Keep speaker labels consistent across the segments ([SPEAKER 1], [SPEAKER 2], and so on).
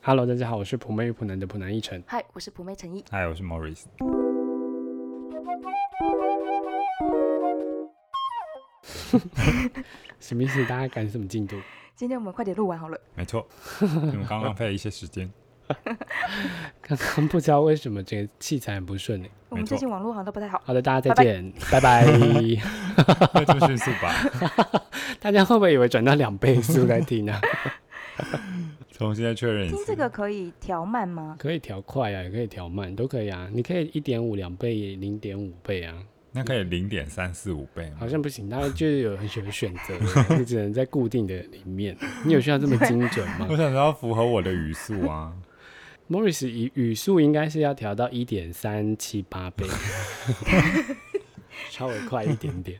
[SPEAKER 1] Hello，大家好，我是普妹与普男的普男一晨。
[SPEAKER 2] 嗨，我是普妹陈毅。
[SPEAKER 3] 嗨，我是 Morris。
[SPEAKER 1] 什么意思？大家赶什么进度？
[SPEAKER 2] 今天我们快点录完好了。
[SPEAKER 3] 没错，你们刚浪费了一些时 间。
[SPEAKER 1] 刚刚不知道为什么这个器材很不顺利。
[SPEAKER 2] 我们最近网络好像都不太好。
[SPEAKER 1] 好的，大家再
[SPEAKER 2] 拜拜
[SPEAKER 1] 见，拜拜。
[SPEAKER 3] 快这么迅速吧？
[SPEAKER 1] 大家会不会以为转到两倍速来听啊呢、
[SPEAKER 3] 重新再确认一
[SPEAKER 2] 听
[SPEAKER 3] 次。
[SPEAKER 2] 这个可以调慢吗？
[SPEAKER 1] 可以调快啊，也可以调慢，都可以啊。你可以一点五、两倍、零点五倍啊。
[SPEAKER 3] 那可以零点三四五倍吗？
[SPEAKER 1] 好像不行，大家就是有很有选 择的，你只能在固定的里面。你有需要这么精准吗
[SPEAKER 3] 我想知道符合我的语速啊。
[SPEAKER 1] ？Morris 语语速应该是要调到一点三七八倍，稍微快一点点。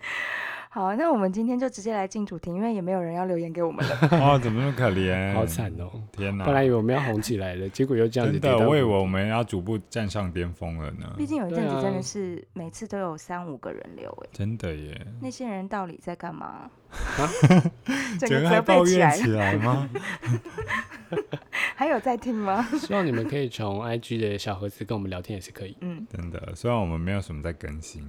[SPEAKER 2] 好，那我们今天就直接来进主题，因为也没有人要留言给我们了。
[SPEAKER 3] 哦，怎么那么可怜？
[SPEAKER 1] 好！惨哦、
[SPEAKER 3] 天哪！
[SPEAKER 1] 本来以为我们要红起来的，结果又这样子
[SPEAKER 3] 真
[SPEAKER 1] 跌到
[SPEAKER 3] 的，
[SPEAKER 1] 谷
[SPEAKER 3] 我以为我们要逐步站上巅峰了呢
[SPEAKER 2] 毕。竟有一阵
[SPEAKER 1] 对
[SPEAKER 2] 子
[SPEAKER 1] 啊
[SPEAKER 2] 真的是每次都有三五个人留、欸，
[SPEAKER 3] 真的耶，
[SPEAKER 2] 那些人到底在干嘛？整
[SPEAKER 3] 整
[SPEAKER 2] 个
[SPEAKER 3] 个还
[SPEAKER 2] 责备
[SPEAKER 3] 抱
[SPEAKER 2] 起
[SPEAKER 3] 怨
[SPEAKER 2] 来
[SPEAKER 3] 起
[SPEAKER 2] 了，
[SPEAKER 3] 来吗？
[SPEAKER 2] 还有在听吗？
[SPEAKER 1] 希望你们可以从 IG 的小盒子跟我们聊天也是可以。
[SPEAKER 2] 嗯，
[SPEAKER 3] 真的，虽然我们没有什么在更新，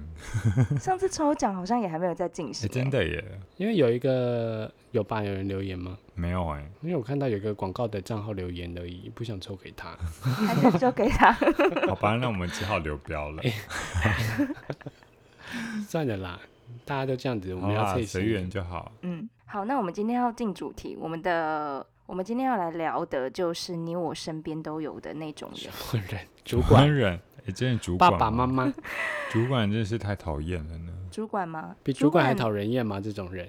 [SPEAKER 2] 上次抽奖好像也还没有在进
[SPEAKER 3] 哎，
[SPEAKER 2] 行、
[SPEAKER 3] 真
[SPEAKER 2] 欸。
[SPEAKER 3] 的耶，
[SPEAKER 1] 因为有一个有吧，有人留言吗？
[SPEAKER 3] 没有 哎，
[SPEAKER 1] 因为我看到有一个广告的账号留言而已，不想抽给他。
[SPEAKER 2] 欸还是就给他。
[SPEAKER 3] 好吧，那我们只好留标了。
[SPEAKER 1] 哎算了啦，大家都这样子，我
[SPEAKER 3] 好
[SPEAKER 1] 们要
[SPEAKER 3] 啦，
[SPEAKER 1] 退
[SPEAKER 3] 随缘就好。
[SPEAKER 2] 嗯，好，那我们今天要进主题，我们的我们今天要来聊的就是你我身边都有的那种人。
[SPEAKER 1] 混 人主
[SPEAKER 3] 官
[SPEAKER 1] 管、
[SPEAKER 3] 人，哎，真的主
[SPEAKER 1] 爸
[SPEAKER 3] 管，
[SPEAKER 1] 爸妈，妈，
[SPEAKER 3] 主管真是太讨厌了呢。
[SPEAKER 2] 主管吗？
[SPEAKER 1] 比主管还讨人厌吗？这种人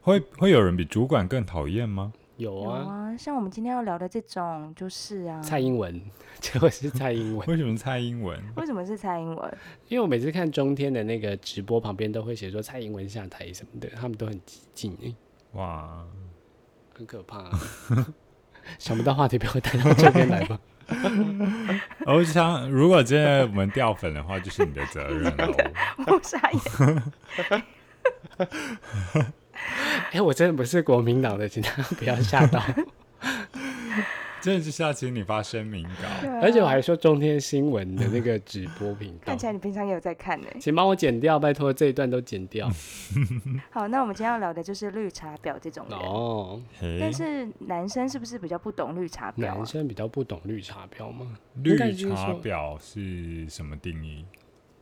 [SPEAKER 3] 会会有人比主管更讨厌吗？
[SPEAKER 1] 有
[SPEAKER 2] 有
[SPEAKER 1] 啊。
[SPEAKER 2] 啊，像我们今天要聊的这种，就是啊，
[SPEAKER 1] 蔡英文， 结果是蔡英文，
[SPEAKER 3] 为什么蔡英文？
[SPEAKER 2] 为什么是蔡英文？
[SPEAKER 1] 因为我每次看中天的那个直播，旁边都会写说蔡英文下台什么的，他们都很激进、欸
[SPEAKER 3] 哇，
[SPEAKER 1] 很可怕、啊。 想不到话题被我带到这边 来吧？
[SPEAKER 3] 哦我想如果真的我们掉粉的话，就是你的责任 喽。
[SPEAKER 2] 我傻眼。
[SPEAKER 1] 哎、我真的不是国民党的，请大家不要吓 到。
[SPEAKER 3] 真的就是要请你发声明稿。
[SPEAKER 1] 而且我还说中天新闻的那个直播频道
[SPEAKER 2] 看起，来你平常也有在看呢、
[SPEAKER 1] 请帮我剪掉，拜托这一段都剪掉。
[SPEAKER 2] 好，那我们今天要聊的就是绿茶婊这种人。
[SPEAKER 1] 哦，
[SPEAKER 3] 嘿
[SPEAKER 2] 但，是男生是不是比较不懂绿茶婊、
[SPEAKER 1] 男
[SPEAKER 2] 啊？
[SPEAKER 1] 生比较不懂绿茶婊吗？
[SPEAKER 3] 绿
[SPEAKER 1] 应该就是
[SPEAKER 3] 茶
[SPEAKER 1] 说
[SPEAKER 3] 婊是什么定义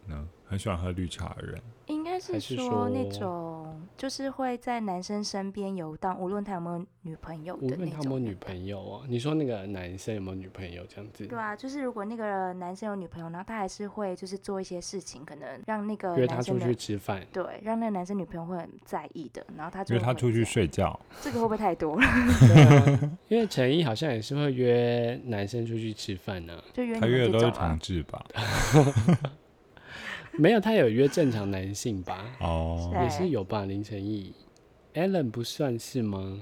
[SPEAKER 3] 呢？很喜欢喝绿茶的人，
[SPEAKER 2] 应该
[SPEAKER 1] 还
[SPEAKER 2] 是
[SPEAKER 1] 是
[SPEAKER 2] 说那
[SPEAKER 1] 说
[SPEAKER 2] 种就是会在男生身边游荡，无论他有没有女朋友
[SPEAKER 1] 无
[SPEAKER 2] 的
[SPEAKER 1] 论
[SPEAKER 2] 那
[SPEAKER 1] 他有没有
[SPEAKER 2] 种。
[SPEAKER 1] 女朋友哦，你说那个男生有没有女朋友这样子
[SPEAKER 2] 对？啊，就是如果那个男生有女朋友，然后他还是会就是做一些事情，可能让那个
[SPEAKER 1] 约他
[SPEAKER 2] 男生
[SPEAKER 1] 出去
[SPEAKER 2] 的
[SPEAKER 1] 吃饭，
[SPEAKER 2] 对，让那个男生女朋友会很在意的，然后他就
[SPEAKER 3] 约他
[SPEAKER 2] 会
[SPEAKER 3] 出去
[SPEAKER 2] 这样，
[SPEAKER 3] 睡觉。
[SPEAKER 2] 这个会不会太多了？
[SPEAKER 1] 对啊因为陈毅好像也是会约男生出去吃饭呢、
[SPEAKER 2] 就约你
[SPEAKER 3] 他约
[SPEAKER 2] 们
[SPEAKER 3] 的
[SPEAKER 2] 这
[SPEAKER 3] 都
[SPEAKER 2] 种
[SPEAKER 3] 是
[SPEAKER 2] 啊
[SPEAKER 3] 同。志吧？
[SPEAKER 1] 没有，他有约正常男性吧？
[SPEAKER 3] 哦，
[SPEAKER 1] 也
[SPEAKER 2] 对
[SPEAKER 1] 是有吧？林晨毅，Allen 不算是吗？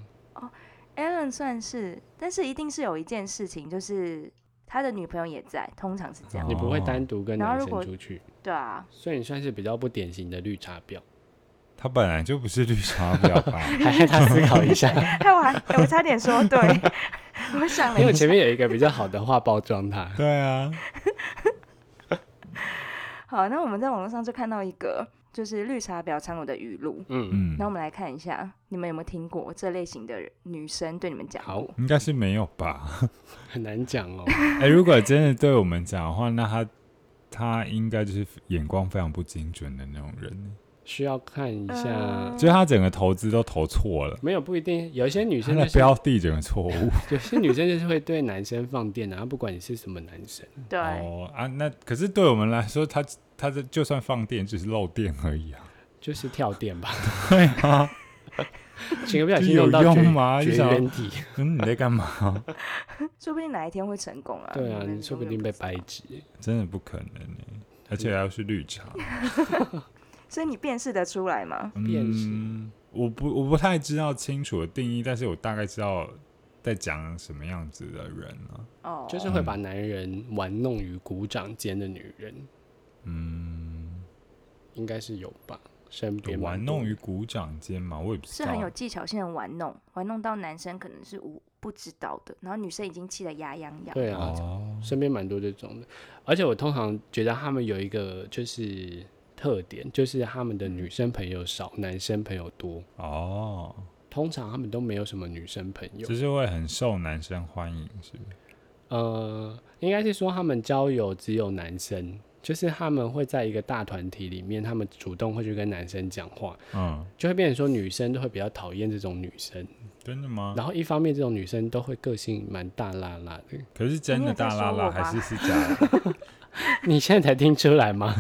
[SPEAKER 2] Alan 算是，但是一定是有一件事情，就是他的女朋友也在，通常是这样。
[SPEAKER 1] 你不会
[SPEAKER 3] 哦
[SPEAKER 1] 单独跟
[SPEAKER 2] 然后
[SPEAKER 1] 男
[SPEAKER 2] 如
[SPEAKER 1] 生
[SPEAKER 2] 果
[SPEAKER 1] 出去，
[SPEAKER 2] 对啊，
[SPEAKER 1] 所以你算是比较不典型的绿茶 婊。
[SPEAKER 3] 他本来就不是绿茶婊吧？
[SPEAKER 1] 还害他思考一下，
[SPEAKER 2] 害我还、哎我差点说对， 我想了
[SPEAKER 1] 因为
[SPEAKER 2] 一下
[SPEAKER 1] 前。面有一个比较好的话包装他。
[SPEAKER 3] 对啊，
[SPEAKER 2] 好，那我们在网络上就看到一个就是绿茶婊常有的语录，
[SPEAKER 1] 嗯，
[SPEAKER 3] 嗯
[SPEAKER 2] 那，我们来看一下，你们有没有听过这类型的女生对你们讲
[SPEAKER 1] 好
[SPEAKER 2] 过？
[SPEAKER 3] 应该是没有吧？
[SPEAKER 1] 很难讲哦。
[SPEAKER 3] 哎，如果真的对我们讲的话，那他他应该就是眼光非常不精准的那种人，
[SPEAKER 1] 需要看一下
[SPEAKER 2] 嗯，
[SPEAKER 3] 就是他整个投资都投错了。
[SPEAKER 1] 没有不一定，有一些女
[SPEAKER 3] 他
[SPEAKER 1] 生
[SPEAKER 3] 的
[SPEAKER 1] 就是
[SPEAKER 3] 标的整个错误。
[SPEAKER 1] 有些女生就是会对男生放电啊，然后不管你是什么男生，
[SPEAKER 2] 对，
[SPEAKER 3] 哦啊，那可是对我们来说，他他这就算放电，只是漏电而已啊。
[SPEAKER 1] 就是跳电吧，
[SPEAKER 3] 对啊，
[SPEAKER 1] 请个不小心
[SPEAKER 3] 这有
[SPEAKER 1] 弄到绝
[SPEAKER 3] 用吗
[SPEAKER 1] 绝
[SPEAKER 3] 就想
[SPEAKER 1] 缘体，
[SPEAKER 3] 嗯，你在干嘛？
[SPEAKER 2] 说不定哪一天会成功啊。
[SPEAKER 1] 对啊，
[SPEAKER 2] 们
[SPEAKER 1] 你说
[SPEAKER 2] 永
[SPEAKER 1] 不
[SPEAKER 2] 远
[SPEAKER 1] 定被
[SPEAKER 2] 知道
[SPEAKER 1] 掰直。
[SPEAKER 3] 真的不可能欸而且还是绿茶。
[SPEAKER 2] 所以你辨识得出来吗？
[SPEAKER 1] 辨识
[SPEAKER 3] 嗯，我不我不太知道清楚的定义，但是我大概知道在讲什么样子的人啊。
[SPEAKER 2] 哦，
[SPEAKER 1] 就是会把男人玩弄于股掌间的女人，
[SPEAKER 3] 嗯，
[SPEAKER 1] 应该是有吧？身
[SPEAKER 3] 有
[SPEAKER 1] 边蛮
[SPEAKER 3] 玩
[SPEAKER 1] 多
[SPEAKER 3] 弄
[SPEAKER 1] 的
[SPEAKER 3] 于股掌间嘛，我也不知
[SPEAKER 2] 是
[SPEAKER 3] 道
[SPEAKER 2] 很有技巧性的玩弄，玩弄到男生可能是无不知道的，然后女生已经气得牙痒痒。
[SPEAKER 1] 对啊，
[SPEAKER 3] 哦，
[SPEAKER 1] 身边蛮多这种的，而且我通常觉得他们有一个就是特点，就是他们的
[SPEAKER 3] 嗯
[SPEAKER 1] 女生朋友少，男生朋友多。
[SPEAKER 3] 哦，
[SPEAKER 1] 通常他们都没有什么女生朋友
[SPEAKER 3] 就，是会很受男生欢迎，是不是？
[SPEAKER 1] 呃，应该是说他们交友只有男生，就是他们会在一个大团体里面，他们主动会去跟男生讲话，
[SPEAKER 3] 嗯，
[SPEAKER 1] 就会变成说女生都会比较讨厌这种女生，
[SPEAKER 3] 真的吗？
[SPEAKER 1] 然后一方面这种女生都会个性蛮大辣辣的，
[SPEAKER 3] 可是真
[SPEAKER 2] 你
[SPEAKER 3] 的
[SPEAKER 2] 有在
[SPEAKER 3] 大拉
[SPEAKER 2] 说
[SPEAKER 3] 拉
[SPEAKER 2] 我
[SPEAKER 3] 还
[SPEAKER 2] 吧
[SPEAKER 3] 是是假的？
[SPEAKER 1] 你现在才听出来吗？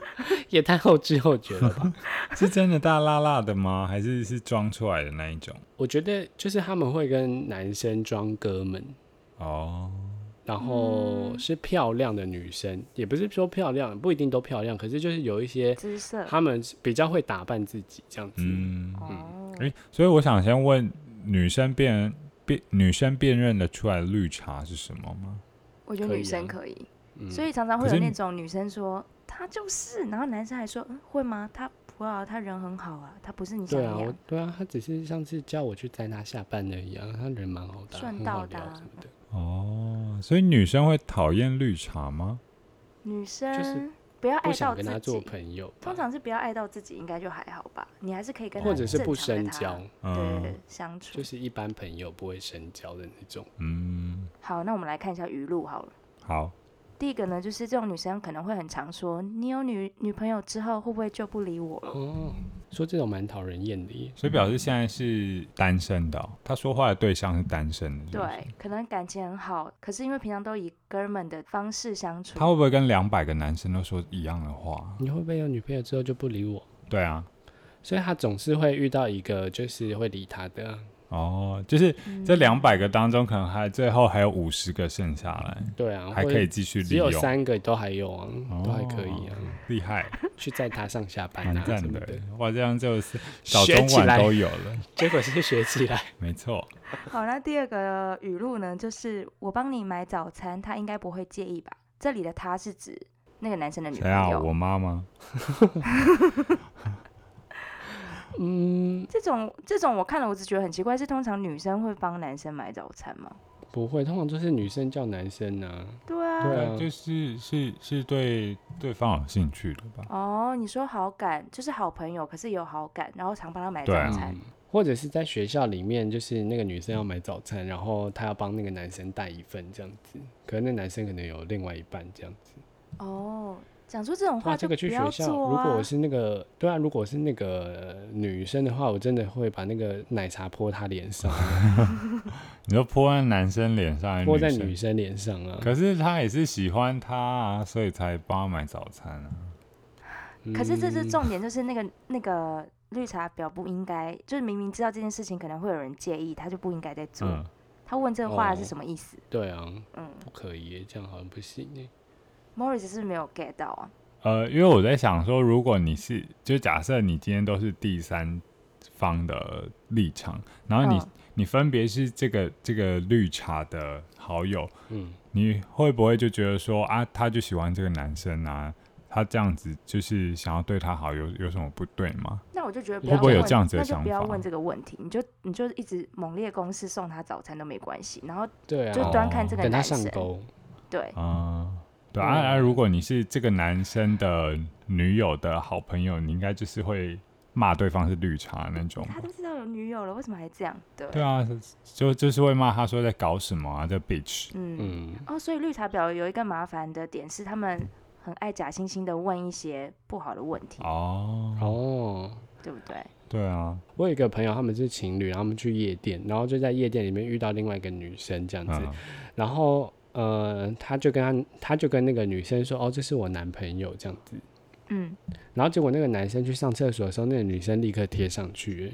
[SPEAKER 1] 也太后知后觉了吧。
[SPEAKER 3] 是真的大拉拉的吗？还是是装出来的那一种？
[SPEAKER 1] 我觉得就是他们会跟男生装哥们，
[SPEAKER 3] 哦，
[SPEAKER 1] 然后是漂亮的女生，也不是说漂亮，不一定都漂亮，可是就是有一些
[SPEAKER 2] 姿色
[SPEAKER 1] 他们比较会打扮自己这样子。
[SPEAKER 3] 嗯，
[SPEAKER 2] 哦，
[SPEAKER 3] 诶，所以我想先问，女生辨辨女生辨认得出来绿茶是什么吗？
[SPEAKER 2] 我觉得
[SPEAKER 1] 可
[SPEAKER 2] 女
[SPEAKER 1] 以
[SPEAKER 2] 生
[SPEAKER 1] 啊
[SPEAKER 2] 可以，
[SPEAKER 1] 嗯
[SPEAKER 2] 所以常常会有
[SPEAKER 3] 可是
[SPEAKER 2] 那
[SPEAKER 3] 你
[SPEAKER 2] 种女生说她就是，然后男生还说嗯会吗？她不要啊，她人很好啊，她不是你想
[SPEAKER 1] 对
[SPEAKER 2] 那
[SPEAKER 1] 啊，我
[SPEAKER 2] 样。
[SPEAKER 1] 对啊，他只是上次叫我去载他下班而已啊，他人蛮好的啊，
[SPEAKER 2] 顺
[SPEAKER 1] 很
[SPEAKER 2] 道
[SPEAKER 1] 好
[SPEAKER 2] 的
[SPEAKER 1] 聊
[SPEAKER 2] 啊
[SPEAKER 1] 什么的。
[SPEAKER 3] 哦，所以女生会讨厌绿茶吗？
[SPEAKER 2] 女生不要
[SPEAKER 1] 不
[SPEAKER 2] 爱到
[SPEAKER 1] 想跟他
[SPEAKER 2] 自
[SPEAKER 1] 做
[SPEAKER 2] 己，
[SPEAKER 1] 朋友吧，
[SPEAKER 2] 通常是不要爱到自己，应该就还好吧。你还是可以跟她
[SPEAKER 1] 或者是
[SPEAKER 2] 正
[SPEAKER 1] 不
[SPEAKER 2] 常地
[SPEAKER 1] 深
[SPEAKER 2] 她
[SPEAKER 1] 交，
[SPEAKER 3] 嗯
[SPEAKER 2] 对相处
[SPEAKER 1] 就。是一般朋友不会深交的那种。
[SPEAKER 3] 嗯，
[SPEAKER 2] 好，那我们来看一下语录好了。
[SPEAKER 3] 好，
[SPEAKER 2] 第一个呢，就是这种女生可能会很常说：“你有女女朋友之后，会不会就不理我了
[SPEAKER 1] 哦，说这种蛮讨人厌的耶。
[SPEAKER 3] 所以表示现在是单身的、哦，他说话的对象是单身的。？”是不是，
[SPEAKER 2] 对，可能感情很好，可是因为平常都以哥们的方式相处
[SPEAKER 3] 他，会不会跟两百个男生都说一样的话？
[SPEAKER 1] 你会不会有女朋友之后就不理我？
[SPEAKER 3] 对啊，
[SPEAKER 1] 所以他总是会遇到一个就是会理他的啊、
[SPEAKER 3] 哦，就是这
[SPEAKER 2] 嗯
[SPEAKER 3] 两百个当中，可能还最后还有五十个剩下来，
[SPEAKER 1] 对啊，
[SPEAKER 3] 还
[SPEAKER 1] 或者
[SPEAKER 3] 可以继续利
[SPEAKER 1] 只有
[SPEAKER 3] 用，
[SPEAKER 1] 三个都还有啊，
[SPEAKER 3] 哦
[SPEAKER 1] 都还可以啊，
[SPEAKER 3] 厉害，
[SPEAKER 1] 去载他上下班
[SPEAKER 3] 蛮
[SPEAKER 1] 啊什
[SPEAKER 3] 赞
[SPEAKER 1] 么
[SPEAKER 3] 的
[SPEAKER 1] 的，。
[SPEAKER 3] 哇，这样就是早
[SPEAKER 1] 学
[SPEAKER 3] 中
[SPEAKER 1] 起
[SPEAKER 3] 晚
[SPEAKER 1] 来
[SPEAKER 3] 都有了，
[SPEAKER 1] 结果是学起来，
[SPEAKER 3] 没错。
[SPEAKER 2] 好，那第二个语录呢，就是我帮你买早餐，他应该不会介意吧？这里的他是指那个男生的女朋
[SPEAKER 3] 谁啊？我
[SPEAKER 2] 友。
[SPEAKER 3] 妈妈。
[SPEAKER 1] 嗯，
[SPEAKER 2] 这种这种我看了，我只觉得很奇怪，是通常女生会帮男生买早餐吗？
[SPEAKER 1] 不会，通常都是女生叫男生啊，
[SPEAKER 2] 对啊。
[SPEAKER 1] 对啊
[SPEAKER 3] 对，就是是是对对方有兴趣的吧？
[SPEAKER 2] 哦，你说好感就是好朋友，可是有好感，然后常帮他买早
[SPEAKER 3] 对啊
[SPEAKER 2] 餐。
[SPEAKER 1] 或者是在学校里面，就是那个女生要买早餐，然后她要帮那个男生带一份这样子，可能那男生可能有另外一半这样子。
[SPEAKER 2] 哦，讲出这种
[SPEAKER 1] 哇，
[SPEAKER 2] 话
[SPEAKER 1] 这
[SPEAKER 2] 就
[SPEAKER 1] 个
[SPEAKER 2] 不
[SPEAKER 1] 去
[SPEAKER 2] 要
[SPEAKER 1] 学校，
[SPEAKER 2] 做
[SPEAKER 1] 如
[SPEAKER 2] 啊！
[SPEAKER 1] 果我是那个，对啊，如果我是那个呃女生的话，我真的会把那个奶茶泼她脸上，
[SPEAKER 3] 你就泼在男生脸上，还是
[SPEAKER 1] 泼在
[SPEAKER 3] 哎生
[SPEAKER 1] 女生脸上啊。
[SPEAKER 3] 可是他也是喜欢他啊，所以才帮他买早餐啊。
[SPEAKER 2] 可是这是
[SPEAKER 1] 嗯
[SPEAKER 2] 重点，就是那个那个绿茶婊不应该，就是明明知道这件事情可能会有人介意，他就不应该再做。
[SPEAKER 3] 嗯，
[SPEAKER 2] 他问这话是
[SPEAKER 1] 哦
[SPEAKER 2] 什么意思？
[SPEAKER 1] 对啊，
[SPEAKER 2] 嗯
[SPEAKER 1] 不可以耶，这样好像不行耶。
[SPEAKER 2] ，Morris 是不是没有 get 到啊。
[SPEAKER 3] 呃，因为我在想说，如果你是，就假设你今天都是第三方的立场，然后你、
[SPEAKER 2] 嗯
[SPEAKER 3] 你分别是这个这个绿茶的好友，
[SPEAKER 1] 嗯，
[SPEAKER 3] 你会不会就觉得说啊，他就喜欢这个男生啊，他这样子就是想要对他好，有有什么不对吗？
[SPEAKER 2] 那我就觉得不
[SPEAKER 1] 会
[SPEAKER 2] 要
[SPEAKER 1] 不会有
[SPEAKER 2] 问
[SPEAKER 3] 这样子的
[SPEAKER 2] 那就
[SPEAKER 3] 想
[SPEAKER 2] 不要
[SPEAKER 3] 法
[SPEAKER 2] 问这个问题，你就你就一直猛烈攻势送他早餐都没关系，然后
[SPEAKER 1] 对
[SPEAKER 2] 就
[SPEAKER 1] 啊，
[SPEAKER 2] 端看这个
[SPEAKER 1] 等她
[SPEAKER 2] 男
[SPEAKER 1] 上
[SPEAKER 2] 生。
[SPEAKER 1] 钩，
[SPEAKER 2] 对，
[SPEAKER 3] 啊、对啊
[SPEAKER 1] 对
[SPEAKER 3] 啊，
[SPEAKER 1] 啊
[SPEAKER 3] 啊如果你是这个男生的女友的好朋友，你应该就是会骂对方是绿茶那种吧。
[SPEAKER 2] 他都知道有女友了，为什么还这样？对，
[SPEAKER 3] 对啊，就就是会骂他说在搞什么啊，这 bitch。
[SPEAKER 2] 嗯。
[SPEAKER 1] 嗯，
[SPEAKER 2] 哦，所以绿茶婊有一个麻烦的点是，他们很爱假惺惺的问一些不好的问题，
[SPEAKER 3] 哦，
[SPEAKER 1] 哦。
[SPEAKER 2] 对不对？
[SPEAKER 3] 对啊，
[SPEAKER 1] 我有一个朋友，他们是情侣，然后他们去夜店，然后就在夜店里面遇到另外一个女生这样子，
[SPEAKER 3] 嗯，
[SPEAKER 1] 然后呃，他就跟他他就跟那个女生说，哦，这是我男朋友这样子，
[SPEAKER 2] 嗯，
[SPEAKER 1] 然后结果那个男生去上厕所的时候，那个女生立刻贴上去，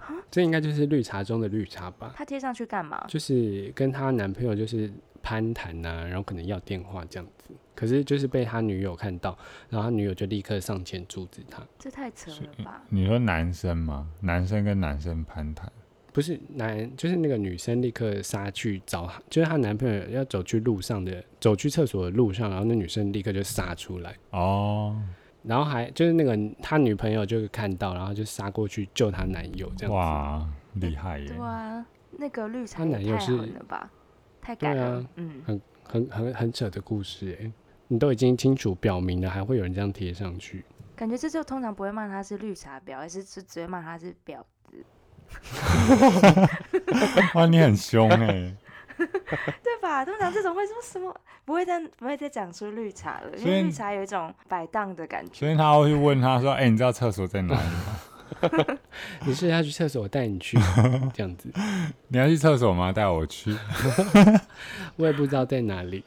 [SPEAKER 1] 哎这应该就是绿茶中的绿茶吧，
[SPEAKER 2] 她贴上去干嘛？
[SPEAKER 1] 就是跟她男朋友就是攀谈呐、然后可能要电话这样子，可是就是被他女友看到，然后他女友就立刻上前阻止他，
[SPEAKER 2] 这太扯
[SPEAKER 1] 嗯
[SPEAKER 2] 了吧！
[SPEAKER 3] 你说男生吗？男生跟男生攀谈，
[SPEAKER 1] 不是男，就是那个女生立刻杀去找她，就是她男朋友要走去路上的，走去厕所的路上，然后那女生立刻就杀出来，
[SPEAKER 3] 哦，
[SPEAKER 1] 然后还就是那个他女朋友就看到，然后就杀过去救她男友这样子。
[SPEAKER 3] 哇，厉害耶
[SPEAKER 2] 对！啊，那个绿茶
[SPEAKER 1] 他
[SPEAKER 2] 也
[SPEAKER 1] 奶油
[SPEAKER 2] 太
[SPEAKER 1] 是
[SPEAKER 2] 狠了吧，太
[SPEAKER 1] 对
[SPEAKER 2] 感人
[SPEAKER 1] 啊
[SPEAKER 2] 了，嗯。
[SPEAKER 1] 很很很扯的故事哎，你都已经清楚表明了，还会有人这样贴上去？
[SPEAKER 2] 感觉这就通常不会骂他是绿茶婊，而是只只会骂他是婊。
[SPEAKER 3] 哇，你很凶哎，
[SPEAKER 2] 对吧？通常这种会说什么？不会再不会再讲出绿茶了，因
[SPEAKER 3] 所以
[SPEAKER 2] 为绿茶有一种摆荡的感觉。
[SPEAKER 3] 所以他会去问他说：“哎、你知道厕所在哪里 吗？
[SPEAKER 1] 你是要去厕所，我带你去这样子，
[SPEAKER 3] 你要去厕所吗？带我去。
[SPEAKER 1] 我也不知道在哪里，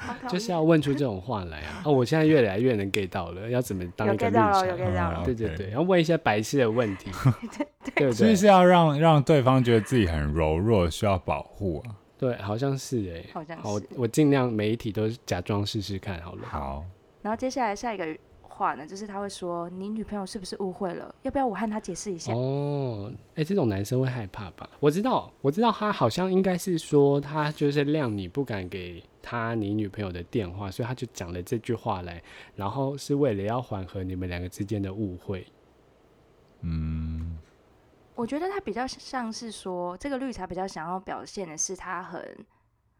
[SPEAKER 2] 好讨
[SPEAKER 1] 就是
[SPEAKER 2] 厌
[SPEAKER 1] 要问出这种话来啊！哦，我现在越来越能 get 到了，要怎么当
[SPEAKER 2] 有
[SPEAKER 1] 一个
[SPEAKER 2] get
[SPEAKER 1] 绿
[SPEAKER 2] 到
[SPEAKER 1] 茶啊
[SPEAKER 2] 了，有？get 到了
[SPEAKER 3] 嗯。
[SPEAKER 1] 对对
[SPEAKER 3] OK
[SPEAKER 1] 对，要问一些白痴的问 题，对不”
[SPEAKER 3] 是不
[SPEAKER 1] 对？
[SPEAKER 3] 是要让让对方觉得自己很柔弱，需要保护啊？
[SPEAKER 1] 对，好像是哎、
[SPEAKER 2] 好像
[SPEAKER 1] 好，我
[SPEAKER 2] 是。
[SPEAKER 1] 我尽量每一题都假装试试看好了。
[SPEAKER 3] 好，
[SPEAKER 2] 然后接下来下一个话呢，就是他会说：“你女朋友是不是误会了？要不要我和她解释一下
[SPEAKER 1] 哦，哎、这种男生会害怕吧？我知道，我知道，他好像应该是说他就是谅你不敢给他你女朋友的电话，所以他就讲了这句话来，然后是为了要缓和你们两个之间的误会。
[SPEAKER 3] 嗯，？”
[SPEAKER 2] 我觉得他比较像是说，这个绿茶比较想要表现的是他很。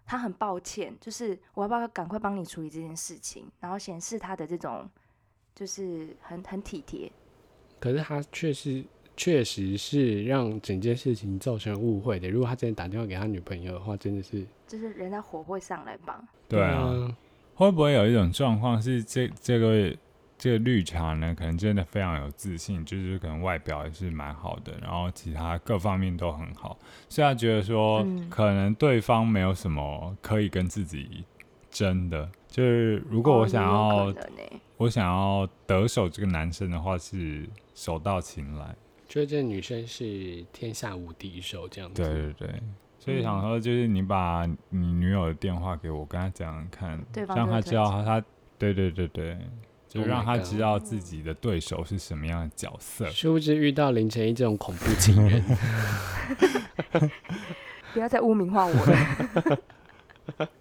[SPEAKER 2] 他很抱歉，就是我要不要赶快帮你处理这件事情，然后显示他的这种就是很很体贴，
[SPEAKER 1] 可是他确实确实是让整件事情造成误会的。如果他真的打电话给他女朋友的话，真的是嗯
[SPEAKER 2] 就是人家火会上来帮。
[SPEAKER 3] 对啊。会不会有一种状况是这这个这个绿茶呢，可能真的非常有自信，就是可能外表也是蛮好的，然后其他各方面都很好，所以他觉得说，
[SPEAKER 2] 嗯
[SPEAKER 3] 可能对方没有什么可以跟自己争的。就是如果我想要、
[SPEAKER 2] 哦也有可能欸
[SPEAKER 3] 我想要得手这个男生的话，是手到擒来。
[SPEAKER 1] 觉得这女生是天下无敌手这样子。
[SPEAKER 3] 对对对，所
[SPEAKER 2] 嗯
[SPEAKER 3] 以想说就是你把你女友的电话给我，跟她讲讲看，
[SPEAKER 2] 对方
[SPEAKER 3] 让
[SPEAKER 2] 就
[SPEAKER 3] 她
[SPEAKER 2] 会
[SPEAKER 3] 知
[SPEAKER 2] 推
[SPEAKER 3] 道
[SPEAKER 2] 荐
[SPEAKER 3] 她，对对对对，就
[SPEAKER 1] Oh my
[SPEAKER 3] 让她
[SPEAKER 1] God
[SPEAKER 3] 知道自己的对手是什么样的角色。
[SPEAKER 1] 殊不知遇到凌晨一这种恐怖情人，
[SPEAKER 2] 不要再污名化我了。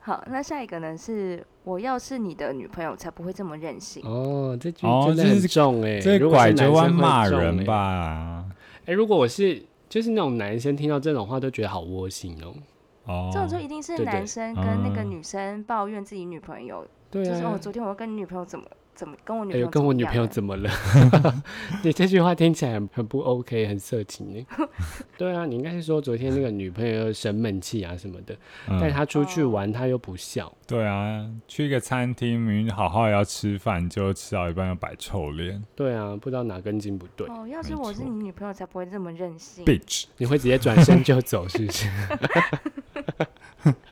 [SPEAKER 2] 好，那下一个呢？是我要是你的女朋友，才不会这么任性。
[SPEAKER 1] 哦，这句
[SPEAKER 3] 哦
[SPEAKER 1] 真的
[SPEAKER 3] 这
[SPEAKER 1] 很
[SPEAKER 3] 是
[SPEAKER 1] 重哎、
[SPEAKER 3] 这
[SPEAKER 1] 如果
[SPEAKER 3] 拐
[SPEAKER 1] 是
[SPEAKER 3] 着
[SPEAKER 1] 男
[SPEAKER 3] 弯
[SPEAKER 1] 生会
[SPEAKER 3] 骂
[SPEAKER 1] 重
[SPEAKER 3] 人
[SPEAKER 1] 欸？
[SPEAKER 3] 吧？
[SPEAKER 1] 哎、如果我是就是那种男生听到这种话都觉得好窝心哦、
[SPEAKER 3] 哦，
[SPEAKER 2] 这种就一定是
[SPEAKER 1] 对对
[SPEAKER 2] 男生跟那个
[SPEAKER 3] 嗯
[SPEAKER 2] 女生抱怨自己女朋友，
[SPEAKER 1] 对
[SPEAKER 2] 就是
[SPEAKER 1] 啊
[SPEAKER 2] 哦，，昨天我跟你女朋友怎么怎么跟我女
[SPEAKER 1] 哎
[SPEAKER 2] 朋
[SPEAKER 1] 呦，
[SPEAKER 2] 友
[SPEAKER 1] 跟我女
[SPEAKER 2] 样啊
[SPEAKER 1] 朋友
[SPEAKER 2] 了
[SPEAKER 1] 怎么了？ 你这句话听起来很很不 OK，很色情 耶对啊，你应该是说昨天那个女朋友生闷气啊什么的，带
[SPEAKER 3] 嗯，
[SPEAKER 1] 她出去
[SPEAKER 2] 哦
[SPEAKER 1] 玩，她又不笑。
[SPEAKER 3] 对啊，去一个餐厅，明明好好要吃饭，就吃到一半要摆臭脸
[SPEAKER 1] 对啊，不知道哪根筋不对，
[SPEAKER 2] 哦，要
[SPEAKER 3] 没
[SPEAKER 2] 是我是
[SPEAKER 3] 错
[SPEAKER 2] 你女朋友，才不会这么任性。
[SPEAKER 1] 嗯
[SPEAKER 3] ，bitch。
[SPEAKER 1] 你会直接转身就走，是不是？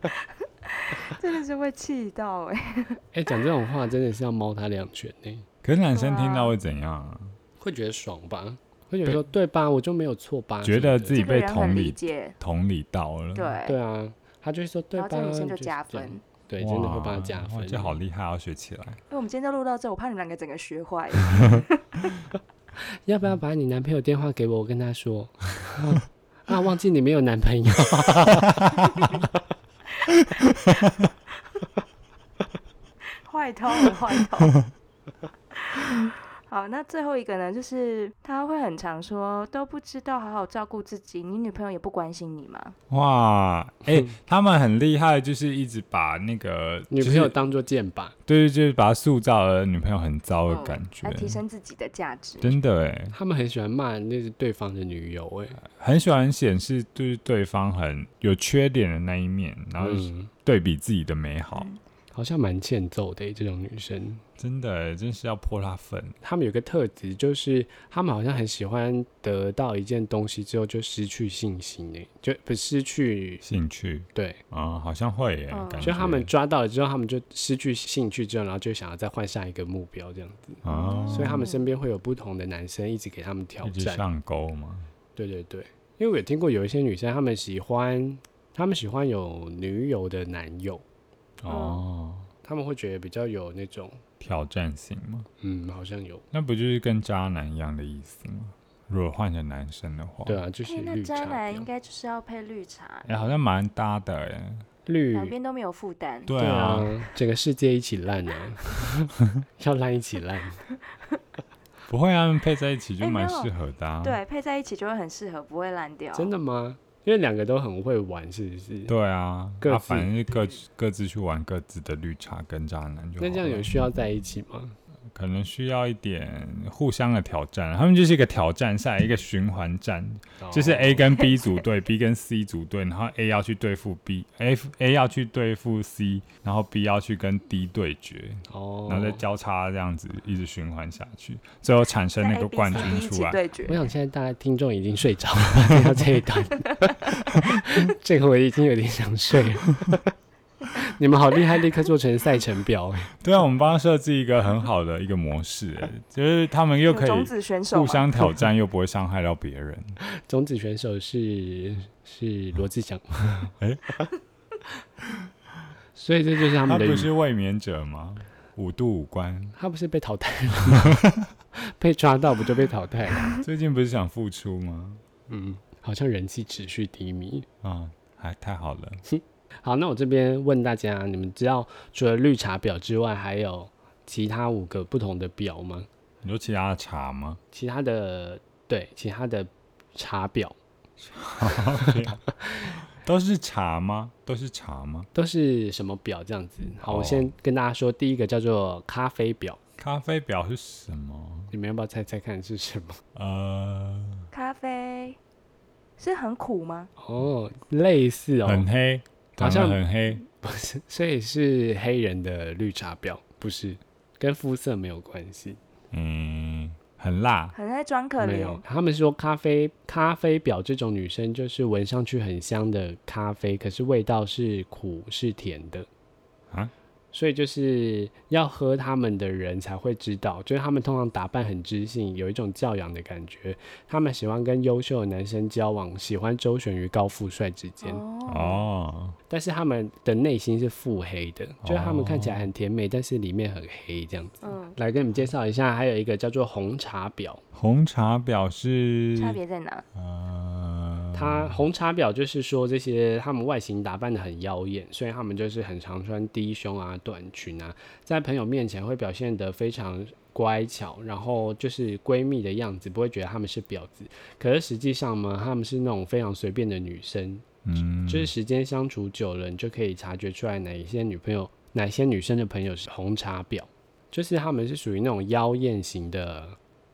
[SPEAKER 2] 真的是会气到哎、
[SPEAKER 1] 哎、讲这种话真的是要猫她两拳欸呢、
[SPEAKER 3] 可是男生
[SPEAKER 2] 对啊
[SPEAKER 3] 听到会怎样啊？
[SPEAKER 1] 会觉得爽吧？会觉得说对吧？我就没有错吧？什
[SPEAKER 3] 觉
[SPEAKER 1] 么
[SPEAKER 3] 得
[SPEAKER 1] 的
[SPEAKER 3] 自己
[SPEAKER 2] 这个
[SPEAKER 3] 被
[SPEAKER 2] 人
[SPEAKER 3] 同
[SPEAKER 2] 很理
[SPEAKER 3] 理
[SPEAKER 2] 解，
[SPEAKER 3] 同理到了，
[SPEAKER 2] 对，，
[SPEAKER 1] 对啊，他就会说对
[SPEAKER 2] 然后
[SPEAKER 1] 吧？
[SPEAKER 2] 这女生就是加
[SPEAKER 1] 这样
[SPEAKER 2] 分。
[SPEAKER 1] 对，真的会帮
[SPEAKER 3] 哇
[SPEAKER 1] 他加
[SPEAKER 3] 哇
[SPEAKER 1] 分，嗯
[SPEAKER 3] 这好厉害，要学起来。
[SPEAKER 2] 因为我们今天就录到这，我怕你们两个整个学坏。
[SPEAKER 1] 要不要把你男朋友电话给我？我跟他 说 啊，忘记你没有男朋友。
[SPEAKER 2] 坏透了，坏透了。 好，那最后一个呢，就是他会很常说都不知道好好照顾自己，你女朋友也不关心你吗？
[SPEAKER 3] 哇，哎、他们很厉害，就是一直把那个
[SPEAKER 1] 女朋友
[SPEAKER 3] 就是
[SPEAKER 1] 当做箭靶，
[SPEAKER 3] 对对，就是把他塑造了女朋友很糟的感觉，
[SPEAKER 2] 哦来提升自己的价值。
[SPEAKER 3] 真的哎，
[SPEAKER 1] 他们很喜欢骂那是对方的女友、欸，
[SPEAKER 3] 很喜欢显示就是对方很有缺点的那一面，然后
[SPEAKER 1] 嗯，
[SPEAKER 3] 对比自己的美好，
[SPEAKER 2] 嗯
[SPEAKER 1] 好像蛮欠揍的、欸、这种女生。
[SPEAKER 3] 真的哎，真是要泼他粉。
[SPEAKER 1] 他们有个特质，就是他们好像很喜欢得到一件东西之后就失去信心、欸，就不失去
[SPEAKER 3] 兴趣
[SPEAKER 1] 对，
[SPEAKER 3] 啊、好像会耶，
[SPEAKER 2] 嗯
[SPEAKER 3] 感觉
[SPEAKER 1] 就他们抓到了之后，他们就失去兴趣之后，然后就想要再换下一个目标这样子。
[SPEAKER 3] 啊，
[SPEAKER 1] 所以他们身边会有不同的男生一直给他们挑
[SPEAKER 3] 一直
[SPEAKER 1] 战。
[SPEAKER 3] 上钩嘛，
[SPEAKER 1] 对对对，因为我有听过有一些女生，她们喜欢，她们喜欢有女友的男友，
[SPEAKER 2] 嗯
[SPEAKER 3] 哦，
[SPEAKER 1] 她们会觉得比较有那种，
[SPEAKER 3] 挑战性嘛。
[SPEAKER 1] 嗯，好像有，
[SPEAKER 3] 那不就是跟渣男一样的意思吗？如果换成男生的话，
[SPEAKER 1] 对啊，就
[SPEAKER 2] 哎、
[SPEAKER 1] 是
[SPEAKER 2] 那
[SPEAKER 1] 绿
[SPEAKER 2] 渣
[SPEAKER 1] 茶
[SPEAKER 2] 男应
[SPEAKER 1] 婊。
[SPEAKER 2] 该就是要配绿茶
[SPEAKER 3] 哎、，好像蛮搭的哎。
[SPEAKER 1] 绿
[SPEAKER 2] 两边都没有负担。
[SPEAKER 3] 对
[SPEAKER 1] 对啊
[SPEAKER 3] 啊，，
[SPEAKER 1] 整个世界一起烂 啊，要烂一起烂。
[SPEAKER 3] 不会啊，他们配在一起就
[SPEAKER 2] 哎
[SPEAKER 3] 蛮
[SPEAKER 2] 没有
[SPEAKER 3] 适合的、啊。
[SPEAKER 2] 对，配在一起就会很适合，不会烂掉。
[SPEAKER 1] 真的吗？因为两个都很会玩，是不是？
[SPEAKER 3] 对啊，
[SPEAKER 1] 各
[SPEAKER 3] 啊
[SPEAKER 1] 自
[SPEAKER 3] 反正是各自各自去玩各自的绿茶跟渣男就好
[SPEAKER 1] 那
[SPEAKER 3] 了。
[SPEAKER 1] 这样有需要在一起吗？
[SPEAKER 3] 可能需要一点互相的挑战，他们就是一个挑战赛，一个循环战，
[SPEAKER 1] 哦
[SPEAKER 3] 就是哎 A 跟 B 组队，B 跟 C 组队，然后 A 要去对付 B，F A 要去对付 C，然后 B 要去跟 D 对决，
[SPEAKER 1] 哦，
[SPEAKER 3] 然后再交叉这样子一直循环下去，最后产生
[SPEAKER 2] 在
[SPEAKER 3] 那个
[SPEAKER 2] A B
[SPEAKER 3] 冠
[SPEAKER 2] C
[SPEAKER 3] 军
[SPEAKER 2] 一
[SPEAKER 3] 出
[SPEAKER 2] 起
[SPEAKER 3] 来。
[SPEAKER 2] 对
[SPEAKER 1] 我
[SPEAKER 2] 决，
[SPEAKER 1] 想现在大家听众已经睡着了，听到这一段，这个我已经有点想睡了。你们好厉害，立刻做成赛程表。
[SPEAKER 3] 对啊，我们帮他设置一个很好的一个模式、哎就是他们又
[SPEAKER 2] 有
[SPEAKER 3] 可
[SPEAKER 2] 种
[SPEAKER 3] 以
[SPEAKER 2] 子选手
[SPEAKER 3] 互
[SPEAKER 2] 嘛
[SPEAKER 3] 相挑战，又不会伤害到别人。
[SPEAKER 1] 种子选手是是罗志祥，
[SPEAKER 3] 哎
[SPEAKER 1] 所以这就是 他
[SPEAKER 3] 他
[SPEAKER 1] 们的
[SPEAKER 3] 不
[SPEAKER 1] 语
[SPEAKER 3] 是卫冕者吗？五度五关，
[SPEAKER 1] 他不是被淘汰了 吗？被抓到不就被淘汰了？
[SPEAKER 3] 最近不是想复出吗？
[SPEAKER 1] 嗯，好像人气持续低迷。
[SPEAKER 3] 啊，还太好了。
[SPEAKER 1] 好，那我这边问大家，你们知道除了绿茶婊之外，还有其他五个不同的婊吗？
[SPEAKER 3] 你说其他的茶吗？
[SPEAKER 1] 其他的对，其他的茶婊
[SPEAKER 3] 都是茶吗？都是茶吗？
[SPEAKER 1] 都是什么婊这样子？好，我
[SPEAKER 3] 哦
[SPEAKER 1] 先跟大家说，第一个叫做咖啡婊，
[SPEAKER 3] 咖啡表是什么？
[SPEAKER 1] 你们要不要猜猜看是什么？
[SPEAKER 3] 呃，
[SPEAKER 2] 咖啡是很苦吗？
[SPEAKER 1] 哦，类似哦，
[SPEAKER 3] 很黑，
[SPEAKER 1] 好
[SPEAKER 3] 长
[SPEAKER 1] 像
[SPEAKER 3] 得很黑。
[SPEAKER 1] 不是，所以是黑人的绿茶婊，不是跟肤色没有关系。
[SPEAKER 3] 嗯，很辣。
[SPEAKER 2] 很爱装可
[SPEAKER 1] 没
[SPEAKER 2] 怜
[SPEAKER 1] 有，，他们说咖啡咖啡婊这种女生，就是闻上去很香的咖啡，可是味道是苦是甜的
[SPEAKER 3] 啊。
[SPEAKER 1] 所以就是要喝他们的人才会知道，就是他们通常打扮很知性，有一种教养的感觉。他们喜欢跟优秀的男生交往，喜欢周旋于高富帅之间。
[SPEAKER 2] 哦，
[SPEAKER 3] 哦，
[SPEAKER 1] 但是他们的内心是腹黑的，就是他们看起来很甜美，但是里面很黑这样子。
[SPEAKER 2] 嗯，
[SPEAKER 1] 来跟你们介绍一下，还有一个叫做红茶婊，
[SPEAKER 3] 红茶表是
[SPEAKER 2] 差别在哪？
[SPEAKER 3] 呃，
[SPEAKER 1] 它红茶婊就是说这些他们外形打扮的很妖艳，所以他们就是很常穿低胸啊、短裙啊，在朋友面前会表现得非常乖巧，然后就是闺蜜的样子，不会觉得她们是婊子。可是实际上嘛，她们是那种非常随便的女生，
[SPEAKER 3] 嗯，
[SPEAKER 1] 就是时间相处久了，你就可以察觉出来哪一些女朋友、哪些女生的朋友是红茶婊，就是她们是属于那种妖艳型的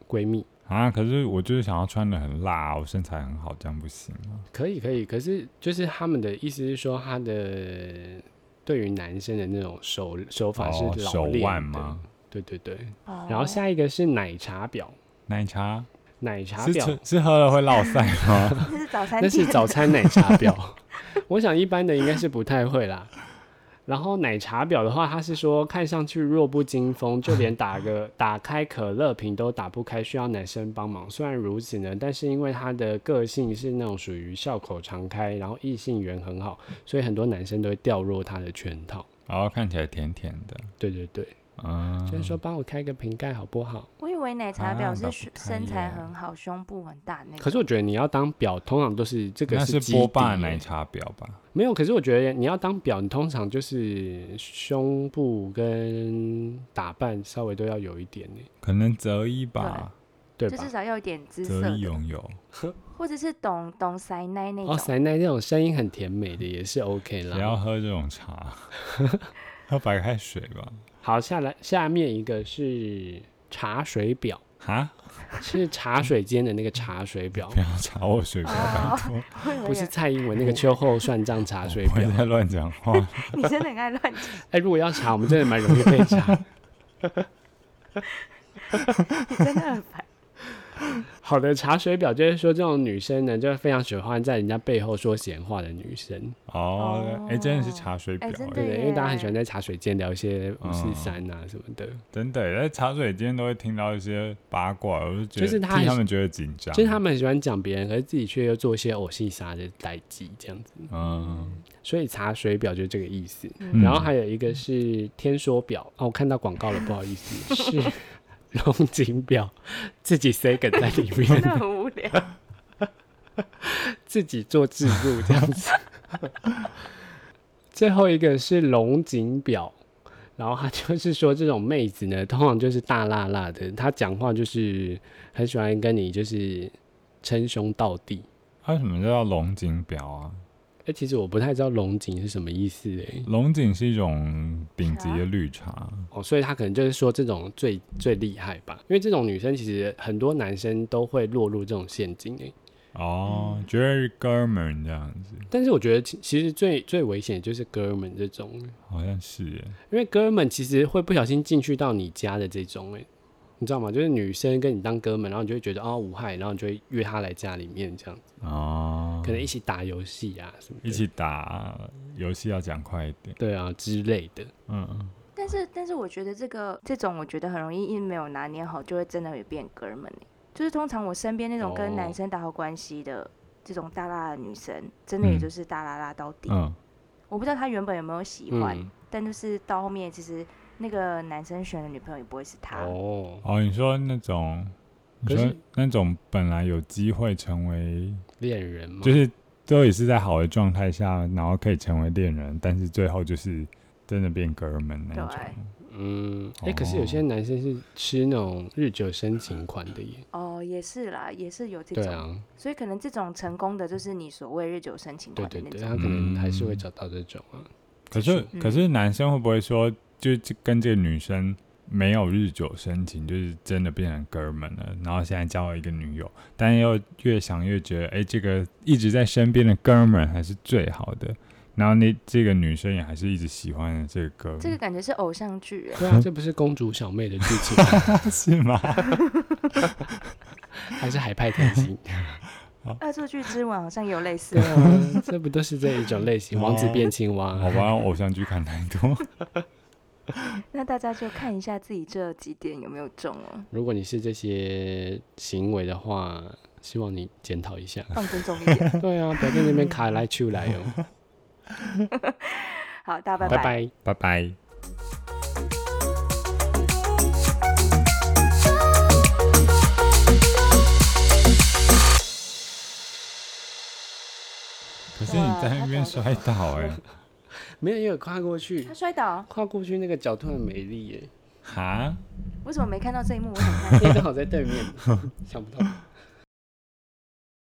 [SPEAKER 1] 闺蜜。
[SPEAKER 3] 啊，可是我就是想要穿的很辣，啊我身材很好，这样不行吗？
[SPEAKER 1] 可以，可以，可是就是他们的意思是说，她的对于男生的那种手手法是
[SPEAKER 3] 哦，
[SPEAKER 1] 老
[SPEAKER 3] 手
[SPEAKER 1] 练
[SPEAKER 3] 腕
[SPEAKER 1] 的
[SPEAKER 3] 吗？
[SPEAKER 1] 对对对。
[SPEAKER 2] 哦
[SPEAKER 1] 然后下一个是奶茶婊，
[SPEAKER 3] 奶茶
[SPEAKER 1] 奶茶
[SPEAKER 3] 是
[SPEAKER 1] 婊
[SPEAKER 3] 吃是喝了会落腮吗？
[SPEAKER 2] 这是早餐
[SPEAKER 1] 那是
[SPEAKER 2] 店，
[SPEAKER 1] 早餐奶茶婊， 我想一般的应该是不太会啦。然后奶茶婊的话，他是说看上去弱不禁风，就连打个 打开可乐瓶都打不开，需要男生帮忙。虽然如此呢，但是因为他的个性是那种属于笑口常开，然后异性缘很好，所以很多男生都会掉入他的圈套。
[SPEAKER 3] 然后看起来甜甜的，
[SPEAKER 1] 对对对，
[SPEAKER 3] 嗯，
[SPEAKER 1] 就是说帮我开个瓶盖好不好？
[SPEAKER 2] 我以为奶茶
[SPEAKER 3] 啊
[SPEAKER 2] 婊
[SPEAKER 3] 打
[SPEAKER 2] 是
[SPEAKER 3] 不
[SPEAKER 2] 胸
[SPEAKER 3] 开
[SPEAKER 2] 身材
[SPEAKER 3] 耶
[SPEAKER 2] 很好、胸部很大那个。
[SPEAKER 1] 可是我觉得你要当婊，通常都是这个
[SPEAKER 3] 那是
[SPEAKER 1] 基
[SPEAKER 3] 波霸
[SPEAKER 1] 底耶
[SPEAKER 3] 奶茶婊吧？
[SPEAKER 1] 没有，可是我觉得你要当婊，你通常就是胸部跟打扮稍微都要有一点呢，
[SPEAKER 3] 可能择一吧，哦
[SPEAKER 1] 对
[SPEAKER 2] 就
[SPEAKER 1] 吧
[SPEAKER 2] 至？少要有点姿色
[SPEAKER 3] 择一
[SPEAKER 2] 的，
[SPEAKER 3] 拥有。
[SPEAKER 2] 或者是懂懂塞奶那
[SPEAKER 1] 哦，
[SPEAKER 2] 种。
[SPEAKER 1] 塞奶那种声音很甜美的也是 OK
[SPEAKER 3] 不要
[SPEAKER 1] 啦。
[SPEAKER 3] 喝这种茶，喝白开水吧。
[SPEAKER 1] 好，下来下面一个是茶水婊，
[SPEAKER 3] 哈，
[SPEAKER 1] 是茶水间的那个茶水婊，
[SPEAKER 2] 嗯
[SPEAKER 3] 不要查我水表，拜托，
[SPEAKER 2] 我以为
[SPEAKER 1] 不是蔡英文那个秋后算账茶水
[SPEAKER 3] 我不会
[SPEAKER 1] 婊。
[SPEAKER 3] 再乱讲话。
[SPEAKER 2] 你真的很爱乱 讲，
[SPEAKER 1] 哎、如果要查，我们真的蛮容易被查。
[SPEAKER 2] 你真的很 烦。
[SPEAKER 1] 好的茶水婊就是说，这种女生呢，就是非常喜欢在人家背后说闲话的女生。
[SPEAKER 3] 哦，哎，真的是茶水表
[SPEAKER 2] 哎，真的
[SPEAKER 1] 对
[SPEAKER 3] 哎
[SPEAKER 1] 不对，因为大家很喜欢在茶水间聊一些五四
[SPEAKER 3] 嗯
[SPEAKER 1] 三啊什么的，
[SPEAKER 3] 真的在茶水间都会听到一些八卦，我就觉
[SPEAKER 1] 就是
[SPEAKER 3] 得
[SPEAKER 1] 他
[SPEAKER 3] 替
[SPEAKER 1] 很
[SPEAKER 3] 他们觉得紧张。
[SPEAKER 1] 就是他们很喜欢讲别人，可是自己却又做一些偶戏杀的代际这样子，
[SPEAKER 3] 嗯，
[SPEAKER 1] 所以茶水表就是这个意思。
[SPEAKER 3] 嗯
[SPEAKER 1] 然后还有一个是天说表，哦，我看到广告了，不好意思，是龙井表，自己塞梗在里
[SPEAKER 2] 真的
[SPEAKER 1] 面，
[SPEAKER 2] 很无聊。
[SPEAKER 1] 自己做置入这样子。 最后一个是龙井表，然后他就是说这种妹子呢，通常就是大辣辣的，她讲话就是很喜欢跟你就是称兄道弟。
[SPEAKER 3] 它什么叫龙井表啊？
[SPEAKER 1] 哎、其实我不太知道龙井是什么意思诶。
[SPEAKER 3] 龙井是一种顶级的绿茶，
[SPEAKER 1] 哦，所以他可能就是说这种最最厉害吧，因为这种女生其实很多男生都会落入这种陷阱诶。嗯
[SPEAKER 3] 哦，觉得是哥们儿这样子，
[SPEAKER 1] 但是我觉得其其实最最危险的就是哥们这种，
[SPEAKER 3] 好像是耶。
[SPEAKER 1] 因为哥们其实会不小心进去到你家的这种诶。你知道吗？就是女生跟你当哥们，然后你就会觉得哦无害，然后你就会约她来家里面这样子，
[SPEAKER 3] 哦，
[SPEAKER 1] 可能一起打游戏啊什么的，
[SPEAKER 3] 一起打游戏要讲快一点，
[SPEAKER 1] 对啊之类的。
[SPEAKER 3] 嗯，
[SPEAKER 2] 但是，但是我觉得这个这种，我觉得很容易一没有拿捏好，就会真的会变哥们欸就是通常我身边那种跟
[SPEAKER 1] 哦
[SPEAKER 2] 男生打好关系的、这种大辣的女生，真的也
[SPEAKER 3] 嗯
[SPEAKER 2] 就是大辣辣到底。
[SPEAKER 3] 嗯，
[SPEAKER 2] 我不知道她原本有没有喜欢，
[SPEAKER 1] 嗯，
[SPEAKER 2] 但就是到后面，其实那个男生选的女朋友也不会是她。
[SPEAKER 1] 哦，
[SPEAKER 3] 哦，你说那种，你
[SPEAKER 1] 可
[SPEAKER 3] 说
[SPEAKER 1] 是
[SPEAKER 3] 那种本来有机会成为，
[SPEAKER 1] 恋人嘛，
[SPEAKER 3] 就是都也是在好的状态下，然后可以成为恋人，但是最后就是真的变哥们那种。
[SPEAKER 2] 对
[SPEAKER 1] 嗯，哎、可是有
[SPEAKER 3] 哦
[SPEAKER 1] 些男生是吃那种日久生情款的耶。
[SPEAKER 2] 哦，也是啦，也是有这
[SPEAKER 1] 对
[SPEAKER 2] 种，
[SPEAKER 1] 啊，
[SPEAKER 2] 所以可能这种成功的就是你所谓日久生情
[SPEAKER 1] 对
[SPEAKER 2] 款
[SPEAKER 1] 对
[SPEAKER 2] 的那
[SPEAKER 1] 对，啊
[SPEAKER 2] 种。
[SPEAKER 1] 他可
[SPEAKER 3] 嗯
[SPEAKER 1] 能还是会找到这种啊。
[SPEAKER 3] 可是可是男生会不会说，就这跟这个女生没有日久生情，就是真的变成哥们了，然后现在交了一个女友，但又越想越觉得，哎、这个一直在身边的哥们还是最好的，然后那这个女生也还是一直喜欢这个哥们，
[SPEAKER 2] 这个感觉是偶像剧欸，
[SPEAKER 1] 对啊，这不是公主小妹的剧情吗，
[SPEAKER 3] 是吗？
[SPEAKER 1] 还是海派甜心？
[SPEAKER 2] 《欸恶作剧之吻》好像也有类似
[SPEAKER 1] 对
[SPEAKER 2] 的。
[SPEAKER 1] 啊，这不都是这一种类型？
[SPEAKER 3] 哦
[SPEAKER 1] 王子变青蛙
[SPEAKER 3] 好
[SPEAKER 1] 啊。
[SPEAKER 3] 吧，偶像剧看太多。
[SPEAKER 2] 那大家就看一下自己这几点有没有中哦，。
[SPEAKER 1] 如果你是这些行为的话，希望你检讨一 下
[SPEAKER 2] 放尊重一点。
[SPEAKER 1] 对啊，不要在那边卡来去来哦。
[SPEAKER 2] 好，大家
[SPEAKER 1] 拜拜。
[SPEAKER 3] 拜拜。可是你在那边摔倒哎、
[SPEAKER 1] 没有，也有跨过去
[SPEAKER 2] 他，摔倒，
[SPEAKER 1] 跨过去那个角度很美丽耶，
[SPEAKER 3] 哈，
[SPEAKER 2] 为什么没看到这一幕？我 想看。
[SPEAKER 1] 因为刚好在对面，想不到。